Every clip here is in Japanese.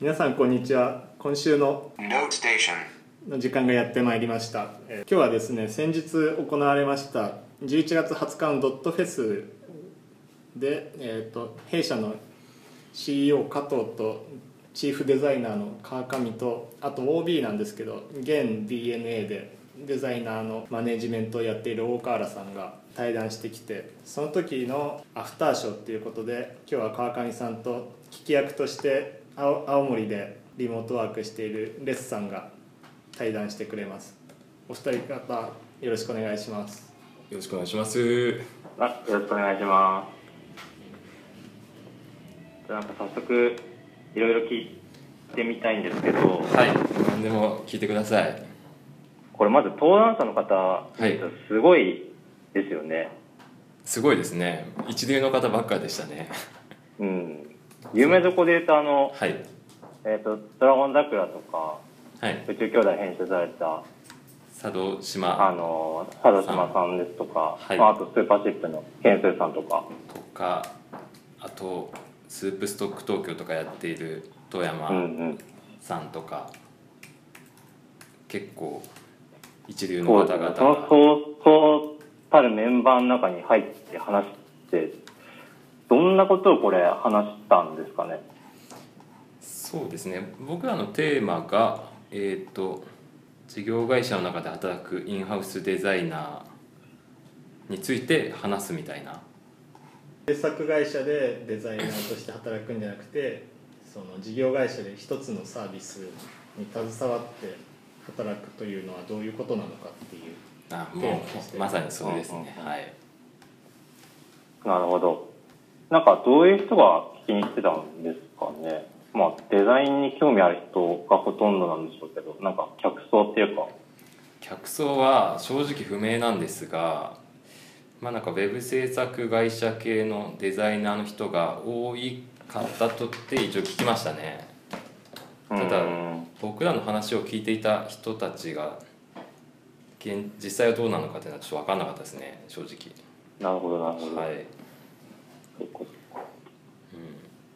皆さんこんにちは今週の Note Station. の時間がやってまいりました、えー今日はですね先日行われました11月20日のドットフェスで、えー、と弊社の CEO 加藤とチーフデザイナーの川上とあと OB なんですけど現 DNA でデザイナーのマネジメントをやっている大河原さんが対談してきてその時のアフターショーっていうことで今日は川上さんと聞き役として青青森でリモートワークしているレスさんが対談してくれますお二人方よろしくお願いしますよろしくお願いします。あ、よろしくお願いします。じゃあなんか早速いろいろ聞いてみたいんですけど、はい。何でも聞いてください。これまず登壇者の方、いすごいですよね。すごいですね。一流の方ばっかでしたね。うん。有名どこで言うとあの、はい。えっ、とドラゴン桜とかはい。宇宙兄弟編集された佐渡あ島の佐渡島さんですとか、はいまあ、あとスーパーシップの健生さんとか、とか、あと、スープストック東京とかやっている富うん山うん。さんとか、結構、一流のそ方うです々ねが。そのそうそうたるメンバーの中に入って話してどんなことをこれ話したんですかねそうですね僕らのテーマがえっ、と事業会社の中で働くインハウスデザイナーについて話すみたいな制作会社でデザイナーとして働くんじゃなくてその事業会社で一つのサービスに携わって働くというのはどういうことなのかっていうあテーマもとしてうまさにそうですねうんうんはいなるほどなんかどういう人が聞きに来てたんですかねまあデザインに興味ある人がほとんどなんでしょうけどなんか客層っていうか客層は正直不明なんですがまあなんかウェブ制作会社系のデザイナーの人が多い方とって一応聞きましたねうんただ僕らの話を聞いていた人たちが現実際はどうなのかっていうのはちょっと分かんなかったですね正直なるほどなるほど、はい、そうかそうか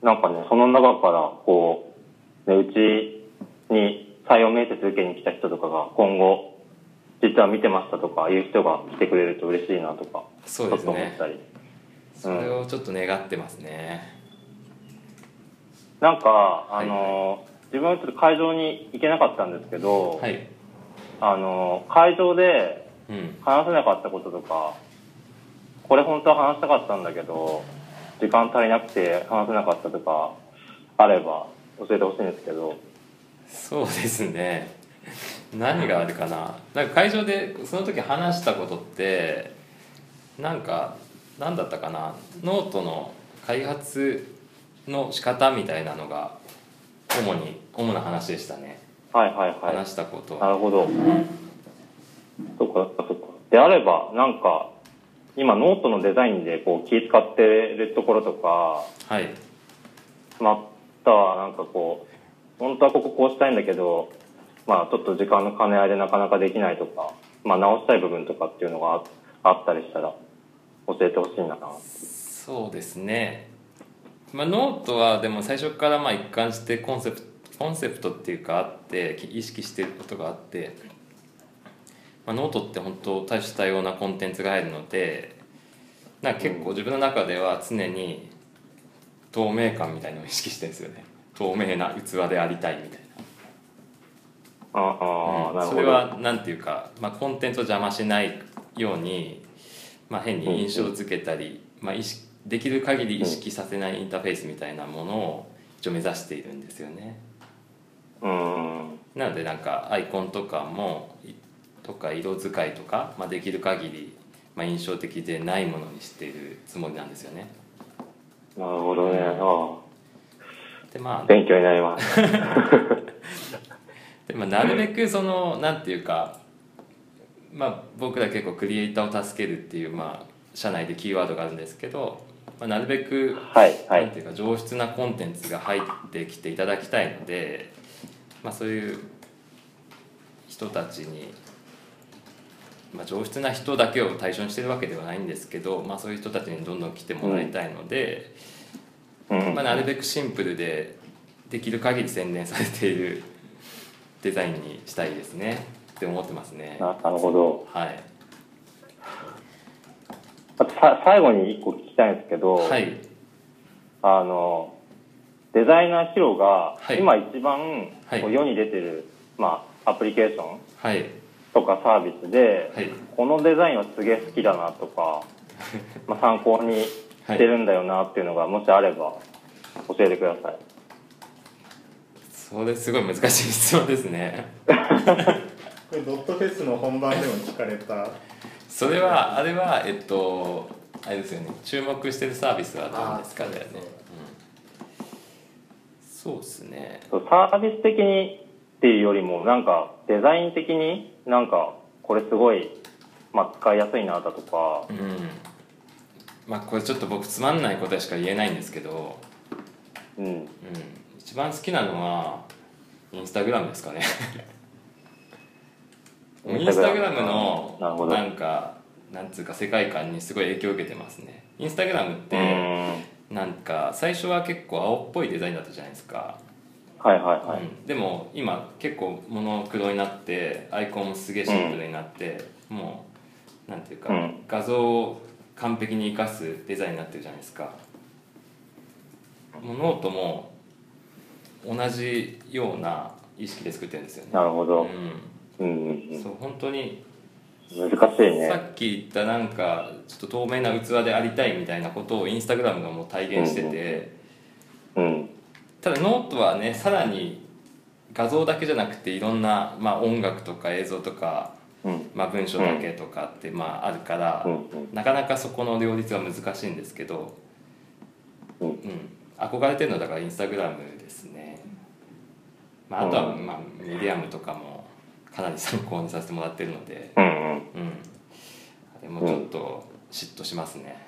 うなんかね、その中から、こう、ね、うちに採用面接受けに来た人とかが、今後、実は見てましたとか、いう人が来てくれると嬉しいなとか、ん、そうでちすょっと思っねたり。それをちょっと願ってますねなんか、あの、自分はちょっと会場に行けなかったんですけど、はいあの、会場でうん話せなかったこととか、これ本当は話したかったんだけど、時間足りなくて話せなかったとか、あれば教えてほしいんですけど、そうですね何があるかななんか会場でその時話したことってなんか何だったかなノートの開発の仕方みたいなのが主に主な話でしたねはいはいはい。話したことなるほど。そっかそっかそっか。であれば、なんか、今ノートのデザインでこう気使ってるところとか、はいまたはなんかこう、本当はこここうしたいんだけど、まあちょっと時間の兼ね合いでなかなかできないとか、まあ直したい部分とかっていうのがああったりしたら教えてほしいな。そうですね、まあ、ノートはでも最初からまあ一貫してコンセプトコンセプトっていうかあってき意識してることがあって、まあ、ノートって本当多種多様なコンテンツが入るのでなんか結構自分の中では常に透明感みたいなのを意識してるんですよね透明な器でありたいみたいああ、な、なるそほど。れはなんていうか、まあ、コンテンツを邪魔しないように、まあ、変に印象付けたり、まあ、意識できる限り意識させないインターフェースみたいなものを一応目指しているんですよねうん。なのでなんかアイコンとかもいとか色使いとか、まあ、できる限りまあ印象的でないものにしているつもりなんですよねなるほどね。あでまああ勉強になります。でまあ、なるべくそのなんていうか、まあ、僕ら結構クリエイターを助けるっていう、まあ、社内でキーワードがあるんですけど、まあ、なるべく、はい、はなんい。ていうか上質なコンテンツが入ってきていただきたいので、まあ、そういう人たちに、まあ、上質な人だけを対象にしてるわけではないんですけど、まあ、そういう人たちにどんどん来てもらいたいので、うんまあ、なるべくシンプルでできる限り洗練されている デザインにしたいですねって思ってますねななるほどはいあとさ最後に一個聞きたいんですけど、はいあのデザイナーヒロがはい今一番はいこう世に出てる、まあ、アプリケーションはいとかサービスで、はいこのデザインはすげえ好きだな とか、まあ、参考にしてるんだよなっていうのがもしあれば教えてくださいそれすごい難しい質問ですね これドットフェスの本番でも聞かれたそれはあれはえっとあれですよね注目してるサービスは何ですかだよねあーそうですねそうサービス的にっていうよりもなんかデザイン的になんかこれすごい、まあ、使いやすいなだとかうんまあこれちょっと僕つまんないことしか言えないんですけど、うんうん、一番好きなのはインスタグラムですかねインスタグラムのなるほどなんかなんつうか世界観にすごい影響を受けてますねインスタグラムっうてんなんか最初は結構青っぽいデザインだったじゃないですかはいはいはい、うんでも今結構モノクロになってアイコンもすげえシンプルになって、もうなんていうか、うん画像を完璧に生かすデザインになってるじゃないですかもうノートも同じような意識で作ってるんですよねなるほど、ううんうんん、そう本当にうん、難しいさねっき言ったなんかちょっと透明な器でありたいみたいなことをインスタグラムがもう体現してて、うんただノートはねさらに画像だけじゃなくていろんな、まあ、音楽とか映像とか、うんまあ、文章だけとかって、まあ、あるから、うんうんなかなかそこの両立は難しいんですけど、うん憧れてるのはだからインスタグラムですね、まあ、あとは、うんまあ、ミディアムとかもかなり参考にさせてもらってるので、うんうんうん、あれもちょっと嫉妬しますね、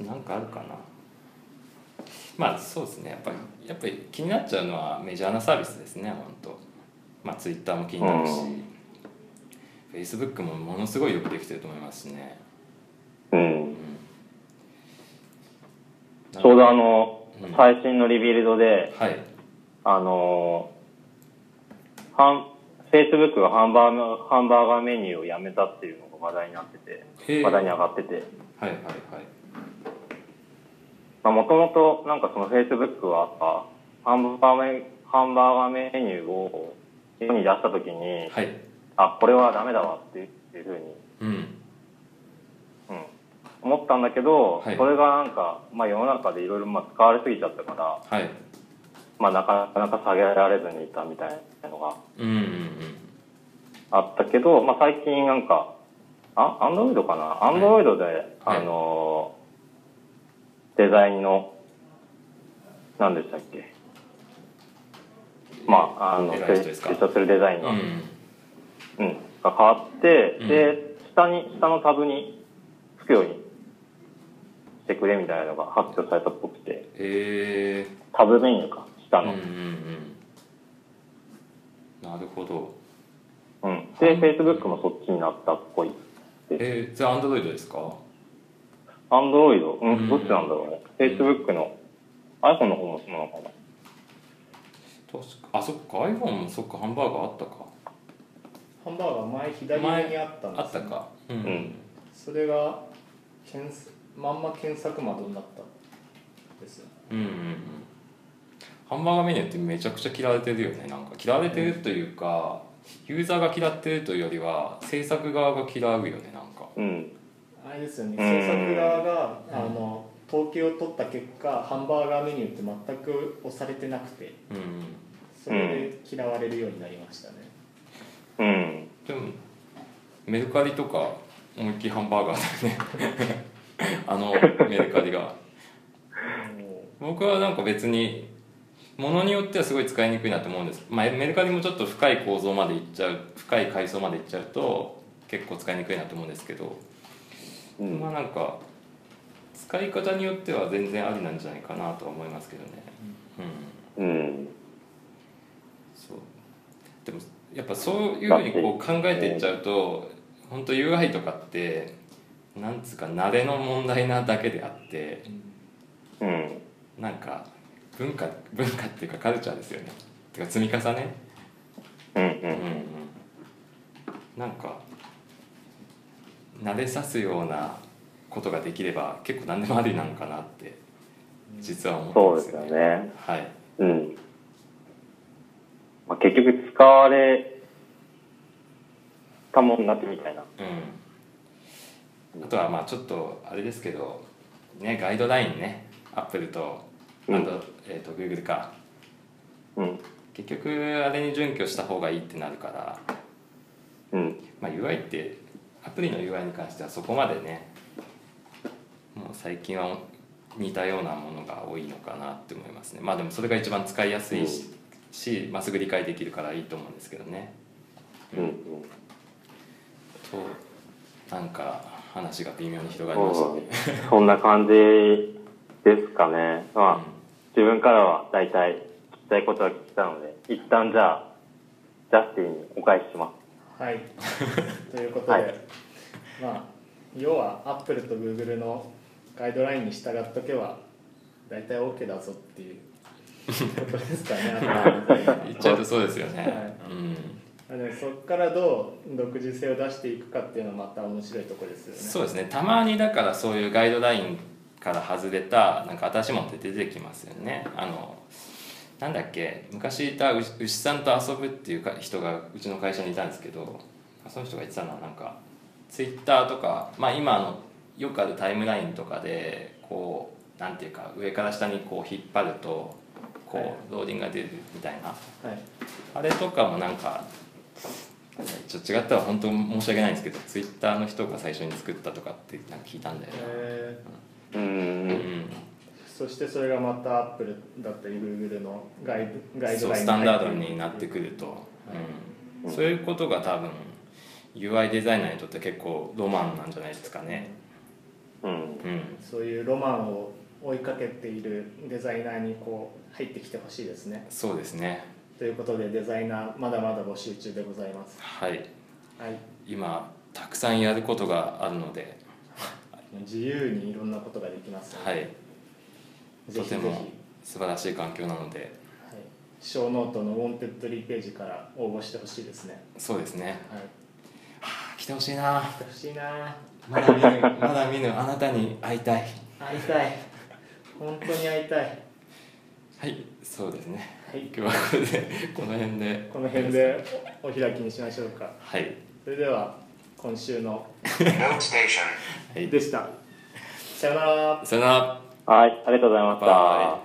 なんかあるかなまあそうですねやっぱりやっぱり気になっちゃうのはメジャーなサービスですね本当まあツイッターも気になるし、う Facebook もものすごいよくできてると思いますしね、うんうんちょうどあの、うん最新のリビルドで、はいあのー、ハン、Facebook がハンバーガーハンバーガーメニューをやめたっていうのが話題になっへてて、え話題に上がってて、はいはいはいまあもともとなんかその Facebook は、ハンバーガーメ、ハンバーガーメニューを世に出した時に、はいあ、これはダメだわっていうっていうふうにうんうん思ったんだけど、はいそれがなんか、まあ、世の中でいろいろまあ使われすぎちゃったから、はいまあ、なかなか下げられずにいたみたいなのがうんうんうんあったけど、まあ、最近なんかあアンドロイドかなアンドロイドで、はいあのデザインの何でしたっけまああの偉い人ですか実装するデザインうの、んうんが変わって、うんで下に下のタブにつくようにしてくれみたいなのが発表されたっぽくてへえタブメニューか下うんうん、のうんなるほどうんで Facebook もそっちになったっぽいえー、じゃあアンドロイドですかアンドロイドううんんどっちなんだろうね Facebook の iPhone の方もそうなのかな確かあそっか iPhone もそっかハンバーガーあったかハンバーガー前左上にあったんですあったかうん、んそれが検索まんま検索窓になったんですようんうんうんハンバーガーメニューってめちゃくちゃ嫌われてるよねなんか嫌われてるというか、ユーザーが嫌ってるというよりは制作側が嫌うよねなんかうんあれですよねうん制作側があの統計を取った結果ハンバーガーメニューって全く押されてなくてうんうんそれで嫌われるようになりましたね、うんでもメルカリとか思いっきりハンバーガーだよね あのメルカリがも僕はなんか別に物によってはすごい使いにくいなと思うんです、まあ、メルカリもちょっと深い構造までいっちゃう深い階層までいっちゃうと結構使いにくいなと思うんですけど、うんまあなんか使い方によっては全然ありなんじゃないかなとは思いますけどねうんうんそうでもやっぱそういうふうにこう考えていっちゃうと本当 UI とかってなんつうか慣れの問題なだけであってうんなんか文化文化っていうかカルチャーですよねてか積み重ねうんううんうんんなんか慣れさすようなことができれば結構何でもありなんかなって実は思そっうてでますすよよねねはいうん、まあ、結局使われたもんなってみたいなうん、あとはまあちょっとあれですけど、ね、ガイドラインねアップルとあと,、うんえー、と Google かうん結局あれに準拠した方がいいってなるから、うんまあ、UI ってアプリの UI に関してはそこまでねもう最近は似たようなものが多いのかなって思いますねまあでもそれが一番使いやすいし,、しまあ、すぐ理解できるからいいと思うんですけどねうんうんとなんか話が微妙に広がりましたそねうそんな感じですかねまあ自分からは大体聞きたいことは聞いたので一旦じゃあジャスティンにお返ししますはい ということで、はいまあ要はアップルとグーグルのガイドラインに従っとけば大体 OK だぞって いうことですかねあ言っちゃうとそうですよね、はいうん、とでもそこからどう独自性を出していくかっていうのはまた面白いところですよねそうですねたまにだからそういうガイドラインから外れたなんか新しいものって出てきますよねあのなんだっけ昔いた牛牛さんと遊ぶっていうか人がうちの会社にいたんですけどその人が言ってたのはなんかツイッターとか、まあ、今あのよくあるタイムラインとかでこうなんていうか上から下にこう引っ張るとはいこうローディングが出るみたいな、はいあれとかもなんかちょっと違ったら本当申し訳ないんですけどツイッターの人が最初に作ったとかってなんか聞いたんだよえーうんな、ううんん、そしてそれがまたアップルだったりグーグルのガイドガイドそうラインスタンダードになってくると、うん、そういうことが多分 UI デザイナーにとって結構ロマンなんじゃないですかね、うんうん、そういうロマンを追いかけているデザイナーにこう入ってきてほしいですねそうですねということでデザイナーまだまだ募集中でございますはいはい今たくさんやることがあるので自由にいろんなことができますので、はいぜとひぜてひ、もはい、素晴らしい環境なのでショーノートのウォンテッドリーページから応募してほしいですねそうですねはい来てほしいな来てほしいなまだ見ぬ まだ見ぬあなたに会いたい会いたい本当に会いたいはいそうですねはい今日はこれでこの辺でこの辺でおお開きにしましょうかはいそれでは今週の Note Station. はいでしたさよならさよならはいありがとうございましたバイ